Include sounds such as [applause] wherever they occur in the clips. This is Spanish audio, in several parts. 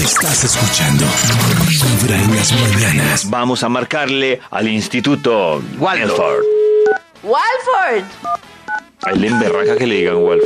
Estás escuchando Vibra en las mañanas. Vamos a marcarle al Instituto Walford. Walford. A él le emberraca que le digan Walford.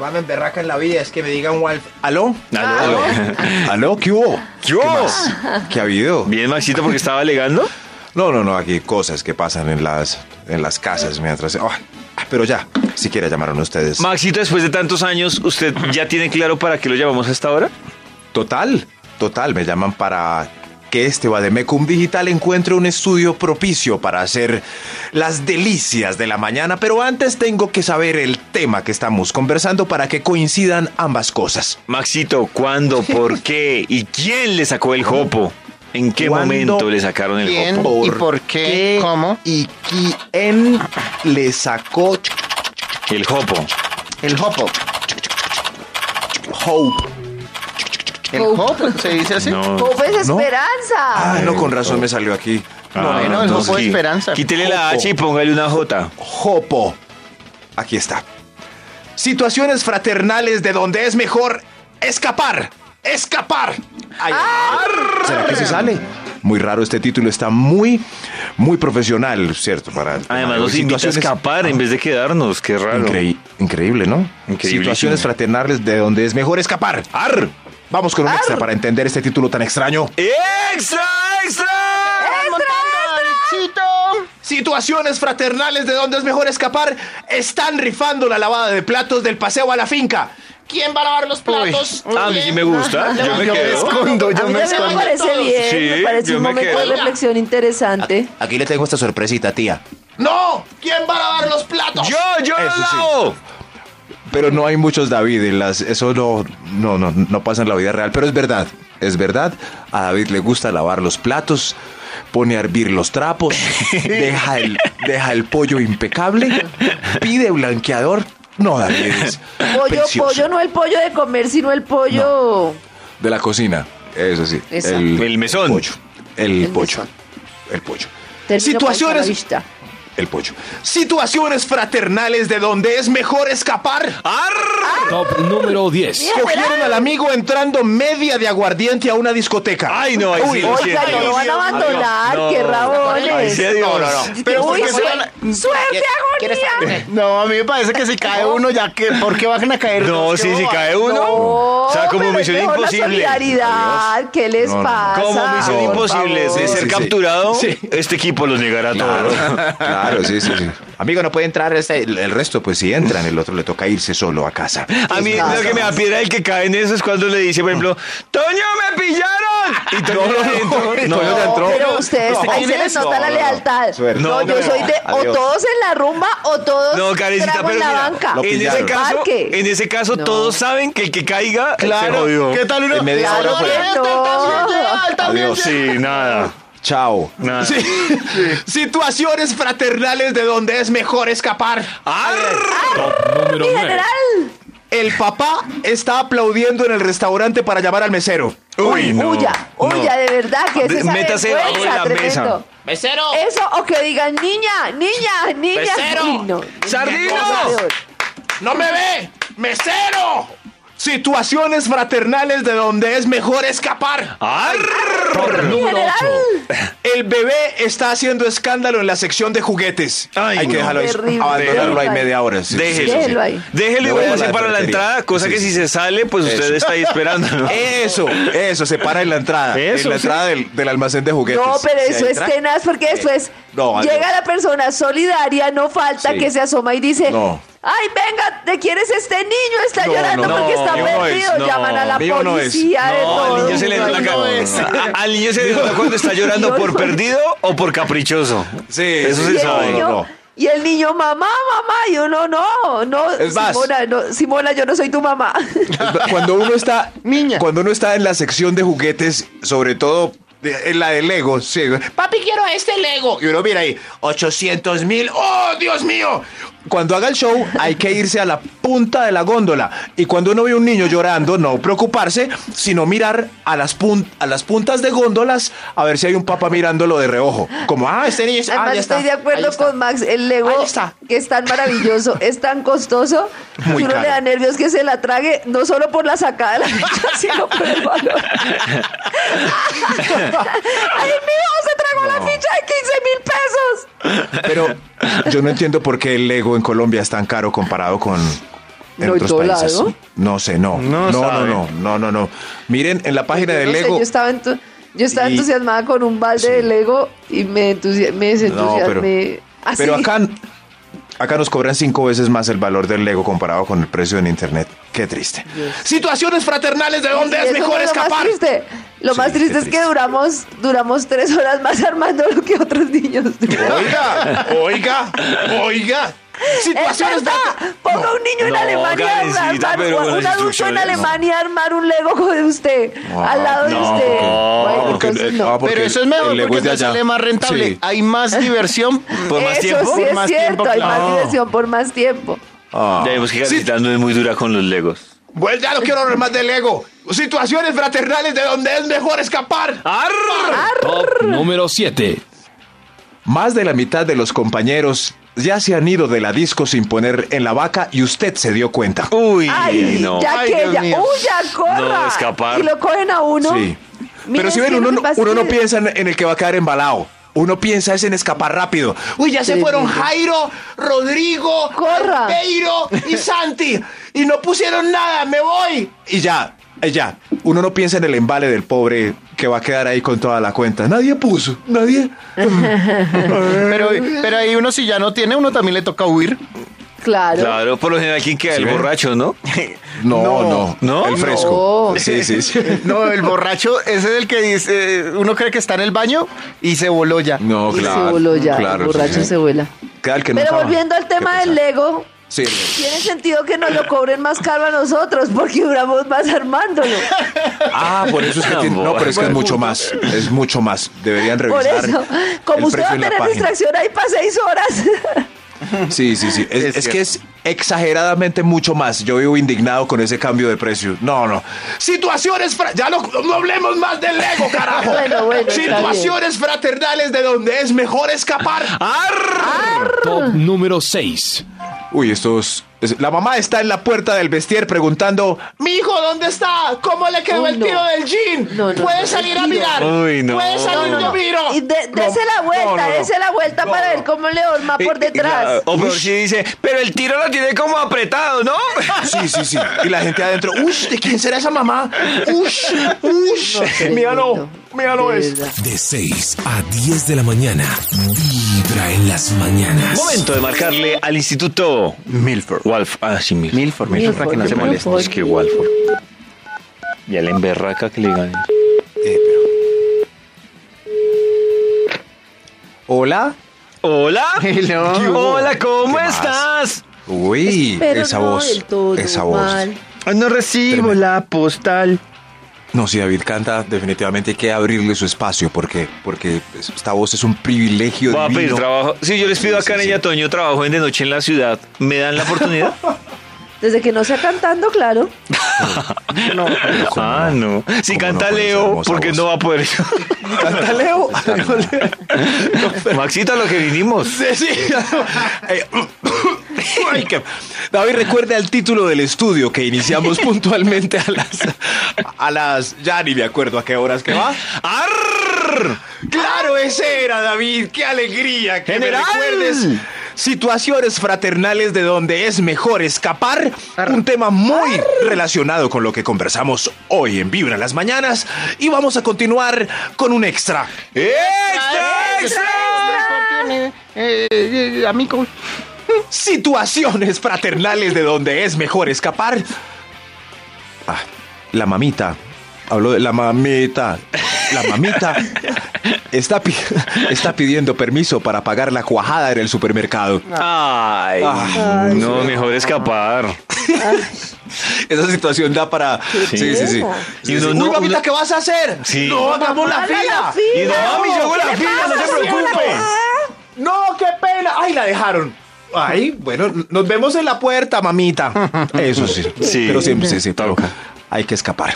Van en berraca en la vida, es que me digan Walf. ¿Aló? Aló, aló. [laughs] ¿Aló? ¿Qué hubo? ¿Qué hubo? más? ¿Qué ha habido? Bien, Maxito, porque estaba alegando. No, no, no, aquí cosas que pasan en las, en las casas mientras... Ay, pero ya, si quiere llamaron ustedes. Maxito, después de tantos años, ¿usted ya tiene claro para qué lo llamamos hasta ahora? Total, total, me llaman para que este Bademecum Digital encuentre un estudio propicio para hacer las delicias de la mañana, pero antes tengo que saber el tema que estamos conversando para que coincidan ambas cosas. Maxito, ¿cuándo, por qué y quién le sacó el jopo? ¿En qué ¿Cuándo, momento le sacaron el quién? jopo? ¿Y por qué? ¿Cómo? ¿Y quién le sacó El jopo. El hopo. Hope? ¿El Hope. hopo? ¿Se dice así? No. Pope es ¿No? esperanza. Ah, no, con razón me salió aquí. Ah, bueno, el entonces jopo de qui- esperanza. Quítele la Jopo. H y póngale una J. Jopo. Aquí está. Situaciones fraternales de donde es mejor escapar. ¡Escapar! Ay, Ah. ¿Será que se sale? Muy raro este título, está muy, muy profesional, ¿cierto? Para Además, nos invita a situaciones escapar en vez de quedarnos. Qué raro. increí- increíble, ¿no? Increíblísimo. Situaciones fraternales de donde es mejor escapar. ¡Ar! Vamos con un extra para entender este título tan extraño. ¡Extra, extra! Situaciones fraternales de donde es mejor escapar están rifando la lavada de platos del paseo a la finca. ¿Quién va a lavar los platos? Ah, Ah, A mí sí me gusta. Yo me Yo me quedo. escondo, A yo mí me también me escondo. parece bien, me Sí, parece yo un me momento de quedo. reflexión interesante. Aquí le tengo esta sorpresita, tía. ¡No! ¿Quién va a lavar los platos? Yo, yo Eso sí. lavo. Pero no hay muchos David en las. Eso no, no, no, no pasa en la vida real. Pero es verdad, es verdad. A David le gusta lavar los platos, pone a hervir los trapos, deja el, deja el pollo impecable, pide blanqueador. No, David. es Pollo, Ah, precioso. pollo, no el pollo de comer, sino el pollo. De la cocina. Eso sí. Exacto. El mesón. El pollo. El, El pollo. mesón. El pollo. Término para la Situaciones. vista. El pollo. Situaciones fraternales de donde es mejor escapar. Top número 10. Cogieron al amigo entrando media de aguardiente a una discoteca. Ay, no, ahí sí lo Oiga, siento. no lo van a abandonar, No. qué Ay, rabones. sí, adiós. No, no, no. Pero ¿por Uy, qué se suel- van a- suerte, ¿Quieres- agonía. No, a mí me parece que si cae uno, ya que. ¿Por qué van a caer No, dos? sí, ¿Qué sí boba? cae uno. o sea, como pero es misión mejor La imposible. solidaridad, ¿qué les No, no, no. pasa? Como misión Por imposible favor. de ser Sí, sí. capturado, este equipo los negará a todos. Claro, sí, sí, sí. [laughs] Amigo, no puede entrar ese- el, el resto, pues si entran, el otro le toca irse solo a casa. A mí lo que me da piedra el que cae en eso es cuando le dice, por ejemplo, ¡Toño, me pillaron! Y Toño ya entró. este No, Toño ya entró. Pero ustedes, No, ahí se ¿quién les es? nota No, la no, no. lealtad. No, Suerte. No, yo no, soy de o adiós. todos en la rumba o todos No, carecita, trago pero en la mira, banca. Lo en ese pillaron. caso, Parque. en ese caso No. todos saben que el que caiga se jodió. Claro. ¿Qué tal uno? En media Claro, hora fue. él también llega, él también Adiós. Sí, nada. Chao. Nada. Situaciones fraternales de donde es mejor escapar. Número Mi 9. general, El papá está aplaudiendo en el restaurante para llamar al mesero. Uy, no. huya, huya, No. de verdad, que es De- esa métase debajo vergüenza, de la mesa. tremendo. Mesero, Eso, o que digan, niña, niña, niña. Mesero. Uy, no. ¡Sardino! ¡No me ve! ¡Mesero! Situaciones fraternales de donde es mejor escapar. Top número 8. El bebé está haciendo escándalo en la sección de juguetes. Ay, Hay que no. dejarlo ahí. Terrible. Abandonarlo ahí Terrible. media hora. sí, sí, Déjelo. sí, sí. Déjelo ahí. Déjelo y Me voy a váyase la para la ferretería. entrada, cosa Sí, que sí. si se sale, pues usted está ahí esperando. [laughs] ¿no? Eso, eso, se para en la entrada. Eso, en la sí. entrada del, del almacén de juguetes. No, pero Si eso hay es tra- tenaz porque después no, adiós. llega la persona solidaria, no falta Sí. que se asoma y dice, No. ay, venga, ¿de quién es este niño? Está No, llorando no, porque no, está mío no perdido. es, no, Llaman a la mío no es. policía de No, todo. al niño se le Uno nota la ahí. cara. [laughs] A- Al niño se le nota cuando está llorando por perdido o por caprichoso. Sí, eso sí, se Y el, sabe. niño, No, no. y el niño, mamá, mamá, y uno, no, no, Es más. Simona, no, Simona, yo no soy tu mamá. [laughs] Cuando uno está. Niña. Cuando uno está en la sección de juguetes, sobre todo de- en la de Lego, sí. Papi, quiero este Lego. Y uno mira ahí, 800 mil. ¡Oh, Dios mío! cuando haga el show hay que irse a la punta de la góndola. Y cuando uno ve un niño llorando, no preocuparse, sino mirar a las, pun- a las puntas de góndolas a ver si hay un papá mirándolo de reojo. Como, ah, este niño está- ah, Además, ya está, estoy de ahí acuerdo está". con Max. El Lego, Ahí está. que es tan [laughs] maravilloso, es tan costoso, Muy que uno le caro. da nervios que se la trague, no solo por la sacada de [laughs] la fecha, sino por el valor. ¡Ay, mío! ¡Se tragó la ficha de 15 mil pesos! Pero [laughs] yo no entiendo por qué el Lego en Colombia es tan caro comparado con en No, en otros todo países. lado. No sé, no. No No, no, sabe. no, no, no, no. Miren en la página Yo de no sé, Lego. yo estaba, entu- yo estaba Y- entusiasmada con un balde Sí. de Lego y me, entusi- me No, pero, desentusiasmé. así. pero acá, acá nos cobran cinco veces más el valor del Lego comparado con el precio en internet. Qué triste. Situaciones fraternales de donde Sí, es eso mejor fue Lo más escapar. triste, lo Sí, más qué triste es triste. que duramos, duramos tres horas más armando lo que otros niños duraron. Oiga, oiga, oiga. ¡Es Situaciones verdad! frater- Ponga un niño en no, Alemania, Karencita, armar- pero con las un adulto en instrucciones, no. Alemania, a armar un Lego de usted, al lado de Ah, no, usted. porque- Bueno, porque- entonces Pues no. ah, porque Pero eso es el- mejor el Lego porque es de entonces allá. sale más rentable. Sí. [laughs] Hay más diversión. ¿Por más Eso tiempo? sí es Por más cierto, tiempo, hay claro. más diversión por más tiempo. Ah. Ya pues, vemos que Karencita no es muy dura con los legos. Bueno, Pues ya no quiero hablar más del ego. Situaciones fraternales de donde es mejor escapar. Top número 7. Más de la mitad de los compañeros ya se han ido de la disco sin poner en la vaca y usted se dio cuenta. Uy, ¡Ay! no. ya Ay, que Dios ya, mío. ¡uy, ya corra! No, escapar. Y lo cogen a uno. Sí. Miren, Pero si es ven, que lo uno, que no- pasa uno es no que- piensa en en el que va a quedar embalado. Uno piensa es en escapar rápido. Uy, ya se Sí, fueron mira. Jairo, Rodrigo, Corra. Peiro [laughs] y Santi. Y no pusieron nada, me voy. Y ya, y ya. Uno no piensa en el embale del pobre que va a quedar ahí con toda la cuenta. Nadie puso, nadie. Pero, pero ahí uno si ya no tiene, uno también le toca huir. Claro. Claro, por lo general, ¿quién queda? ¿Sí el ven? borracho, ¿no? No, No. no, ¿No? El fresco. No. Sí, sí, sí. No, el borracho ese es el que dice, eh, uno cree que está en el baño y se voló ya. [laughs] No, Y claro. se voló ya, claro, el borracho sí, sí. se vuela. Claro que Pero nunca va. volviendo al Qué tema del pesar. Lego, Sí, tiene sentido que nos lo cobren más caro a nosotros porque duramos más [laughs] armándolo. Ah, por eso es que tiene- No, pero es que es mucho más. Es mucho más. Deberían Por revisar. eso, como el usted va a precio en la tener página. distracción ahí para seis horas. [laughs] Sí, sí, sí. Es, Es es que es exageradamente mucho más. Yo vivo indignado con ese cambio de precio. No, no. Situaciones. fra- Ya no, no hablemos más del ego, carajo. [laughs] Bueno, bueno, está bien. Situaciones fraternales de donde es mejor escapar. Top número 6. Uy, estos. es- La mamá está en la puerta del vestier preguntando: Mi hijo, ¿dónde está? ¿Cómo le quedó Uy, el no. tiro del jean? No, no, ¿Puede no, salir el a tiro. mirar? Uy, no. ¿Puede salir No, no, yo miro? Y de- dese la no, vuelta, no, no. dese la vuelta para ver cómo le van más Y- por y detrás. la- o por si dice, pero el tiro lo tiene como apretado, ¿no? [laughs] Sí, sí, sí. Y la gente adentro, ush, ¿de quién será esa mamá? Ush, ush. míralo, míralo De es. verdad. De 6 a 10 de la mañana. Vibra en las mañanas. Momento de marcarle al Instituto Milford. Walf. Ah, sí, Milford. Milford, Milford, para que no se Milford. Es moleste. que Walford. Ya la emberraca que le gane. Hola. Hola. Hello. Hola, ¿cómo ¿Qué más? estás? Uy, Pero esa no voz. del todo esa voz. mal. Ah, No recibo Tremendo. la postal. No, si David canta, definitivamente hay que abrirle su espacio porque, porque esta voz es un privilegio Voy a pedir divino. trabajo. Si yo les pido a Sí, sí, Karen y sí. a Toño trabajo en de noche en la ciudad, ¿me dan la oportunidad? Desde que no sea cantando, claro. No. ¿Cómo [laughs] ah, no. Si ¿Cómo canta no con esa Leo, hermosa porque voz? no va a poder. [laughs] Canta Leo. Maxito, a lo que vinimos. Sí, sí. Eh, [coughs] ay, qué- David, recuerda el título del estudio que iniciamos puntualmente a las. A las. Ya ni me acuerdo a qué horas que va. ¡Arr! ¡Claro, ese era, David! ¡Qué alegría! ¡Que me ¡General! recuerdes! Situaciones fraternales de donde es mejor escapar. Un tema muy relacionado con lo que conversamos hoy en Vibra en las Mañanas. Y vamos a continuar con un extra. ¡Extra! eh, Amigo. situaciones fraternales de donde es mejor escapar. Ah, la mamita. Hablo de la mamita. La mamita está, pi- está pidiendo permiso para pagar la cuajada en el supermercado. Ay, Ay, no, mejor escapar. Esa situación da para. Sí, sí, sí. Y Y uno uno, no- "Uy, mamita, uno- ¿qué vas a hacer? Sí. No, hagamos la Haga la fila. fila. Y no, mami, yo hago la ¿Qué le fila, no pasa, se señora? preocupe. No, qué pena. Ay, la dejaron. Ay, bueno, nos vemos en la [laughs] puerta, mamita. Eso sí. Sí. Pero siempre, sí, sí, pero Hay que escapar.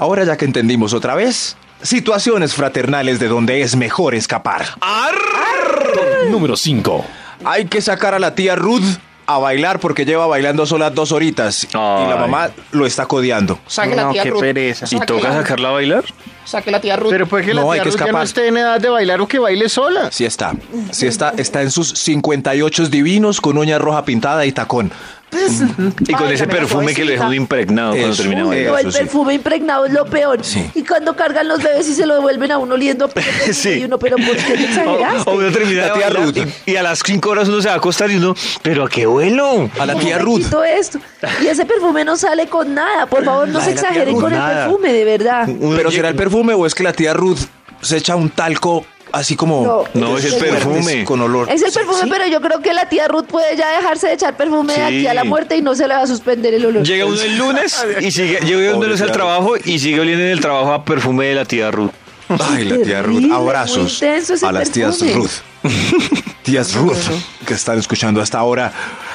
Ahora ya que entendimos otra vez, situaciones fraternales de donde es mejor escapar. Top número 5. Hay que sacar a la tía Ruth a bailar porque lleva bailando solas dos horitas y la Ay. mamá lo está codeando. Saque la tía qué Ruth. pereza. ¿Y Saque toca la- sacarla a bailar? Saque la tía Ruth. Pero puede que la Pues, No, hay tía que Ruth ya no escapar. esté en edad de bailar o que baile sola. Sí está, sí está, está en sus 58 divinos con uña roja pintada y tacón. Y con ese Báilame la perfume que le dejó suavecita. impregnado cuando Eso. terminaba. Uy, No, el Eso sí. perfume impregnado es lo peor. Y cuando cargan los bebés y se lo devuelven a uno oliendo, pero, Sí. y uno, pero ¿por qué te exageraste? O, o uno termina de La tía bailar Ruth. Y, y a las 5 horas uno se va a acostar y uno, pero a qué vuelo. A la ¿Cómo tía me Ruth. quito esto? Y ese perfume no sale con nada. Por favor, no La se de la tía exageren Ruth, con el nada. perfume, de verdad. ¿Pero será el perfume o es que la tía Ruth se echa un talco así como... No, No, es el fuertes, perfume. Con olor. Es el Sí, perfume, sí. pero yo creo que la tía Ruth puede ya dejarse de echar perfume de aquí a la Sí. muerte y no se le va a suspender el olor. Llega uno el [laughs] lunes y sigue, llega uno el Pobre lunes al tía Ruth. trabajo y sigue oliendo en el trabajo a perfume de la tía Ruth. Ay, la tía Ruth. Terrible, muy Abrazos intenso ese a las tías perfume. Ruth. tías Ruth, [laughs] que están escuchando hasta ahora.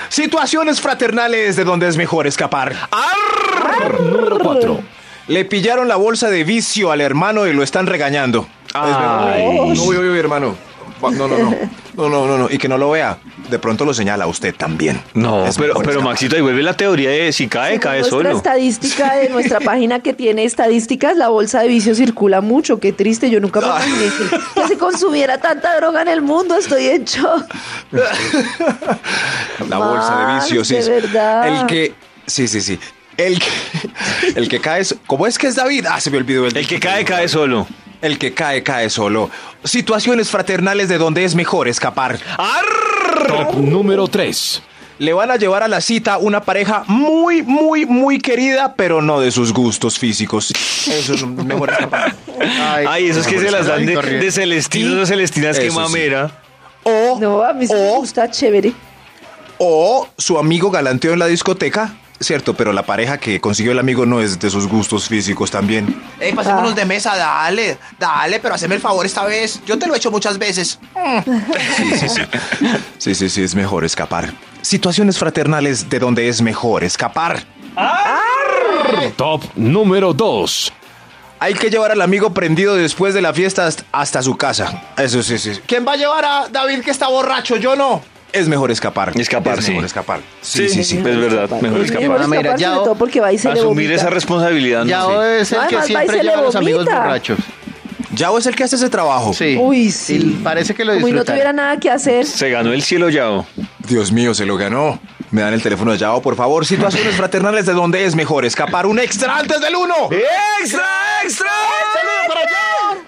Situaciones fraternales de donde es mejor escapar. Ah, Top número 4. Le pillaron la bolsa de vicio al hermano y lo están regañando. Ay. No, uy, uy, uy, hermano. No, no, no. No, no, no, no. Y que no lo vea. De pronto lo señala a usted también. No, Es pero, mejor pero escapar. Maxito, ahí vuelve la teoría de si cae, Según cae nuestra solo. estadística [laughs] de nuestra página que tiene estadísticas, la bolsa de vicio circula mucho. Qué triste, yo nunca me imaginé que, que se consumiera tanta droga en el mundo. Estoy en shock. [laughs] La bolsa de Max, vicios, sí. de verdad. El que. Sí, sí, sí. El que, [laughs] el que cae. es- ¿Cómo es que es David? Ah, se me olvidó el. El que cae, cae solo. El que cae, cae solo. Situaciones fraternales de donde es mejor escapar. Top número 3. Le van a llevar a la cita una pareja muy, muy, muy querida, pero no de sus gustos físicos. Eso es mejor escapar. Ay, Ay, esos que se las dan de, corriente. de celestinos o celestinas, qué Eso sí. mamera. O, No, a mí sí me o, gusta chévere. o su amigo galanteó en la discoteca. Cierto, pero la pareja que consiguió el amigo no es de sus gustos físicos también. Ey, pasémonos de mesa, dale, dale, pero haceme el favor esta vez. Yo te lo he hecho muchas veces. Sí, sí, sí, es mejor escapar. Situaciones fraternales de donde es mejor escapar. Top número 2. Hay que llevar al amigo prendido después de la fiesta hasta- hasta su casa. Eso sí, sí. ¿Quién va a llevar a David que está borracho? Yo no. Es mejor escapar. Escapar, es sí. mejor escapar. Sí, sí, Pues sí. Es verdad, mejor Es mejor escapar. Mira, escapar, ya sobre o- todo porque va y se le Asumir vomita. esa responsabilidad. Ya no sé. es el No, que además va y siempre se le lleva a los amigos vomita. borrachos. Yao es el que hace ese trabajo. Sí. Uy, sí. Y parece que lo Como y no disfrutan. tuviera nada que hacer. Se ganó el cielo Yao. Dios mío, se lo ganó. Me dan el teléfono de Yao, por favor. [laughs] Situaciones fraternales de donde es mejor escapar. Un extra antes del uno. ¡Extra, extra!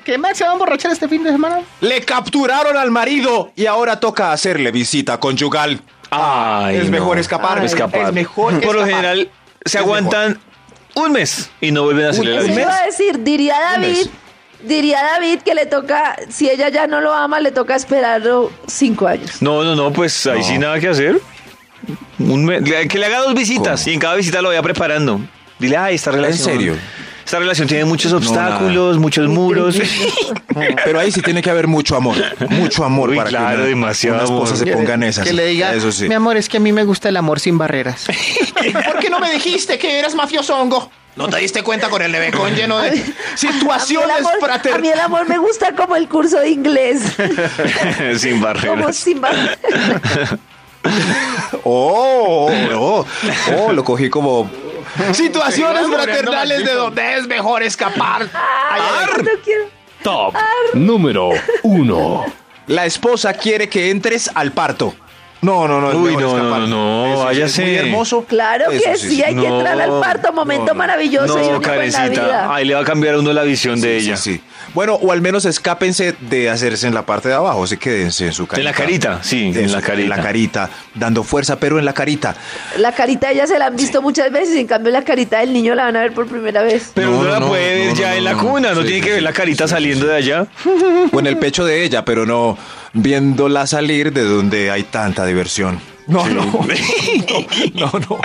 ¿Qué más se van a emborrachar este fin de semana? Le capturaron al marido y ahora toca hacerle visita conyugal. Ay, es no. mejor escapar. Ay. Escapar. Es mejor Por lo escapar. general, se Es aguantan un mes y no vuelven a hacerle la Eso vida. iba a decir, diría David, diría David que le toca, si ella ya no lo ama, le toca esperarlo cinco años. No, no, no, pues ahí sí nada que hacer. Un me- le- que le haga dos visitas ¿Cómo? y en cada visita lo vaya preparando. Dile, ay, esta relación. serio? Esta relación tiene muchos obstáculos, muchos [laughs] muros. [laughs] Ah. Pero ahí sí tiene que haber mucho amor, mucho amor Uy, para claro, que una, demasiado una esposa amor. se ponga en esas. Que le diga, Eso sí. mi amor, es que a mí me gusta el amor [laughs] sin barreras. ¿Por qué no me dijiste que eras mafioso ¿No te diste cuenta con el levecón lleno de... A mí el Situaciones amor- A mí fraternales. el amor me gusta como el curso de inglés. Sin como barreras. sin bar- Oh, oh, oh, oh, lo cogí [laughs] como. Situaciones fraternales de donde es mejor escapar. Ah, No quiero. Top número 1. La esposa quiere que entres al parto. No, no, no. es Uy, mejor no, no, escapar. no, no, Eso sí, váyase. es muy hermoso. Claro Eso que sí, hay que No, entrar al parto, momento no, no. maravilloso y No, único en la carecita. vida. Ahí le va a cambiar a uno la visión de Sí, ella. sí. Bueno, o al menos escápense de hacerse en la parte de abajo, así quédense en su carita. En la carita, sí, en la su- En carita. la carita, dando fuerza, pero en la carita. La carita de ella se la han visto muchas veces, en cambio la carita del niño la van a ver por primera vez. Pero No, uno la no, puede ver no, ya no, en no, la no. cuna, no Sí, tiene sí, que ver sí, la carita sí, sí, saliendo de allá. o en el pecho de ella, pero no viéndola salir de donde hay tanta diversión. No, no, no, no, no.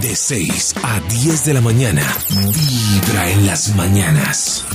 De 6 a 10 de la mañana, vibra en las mañanas.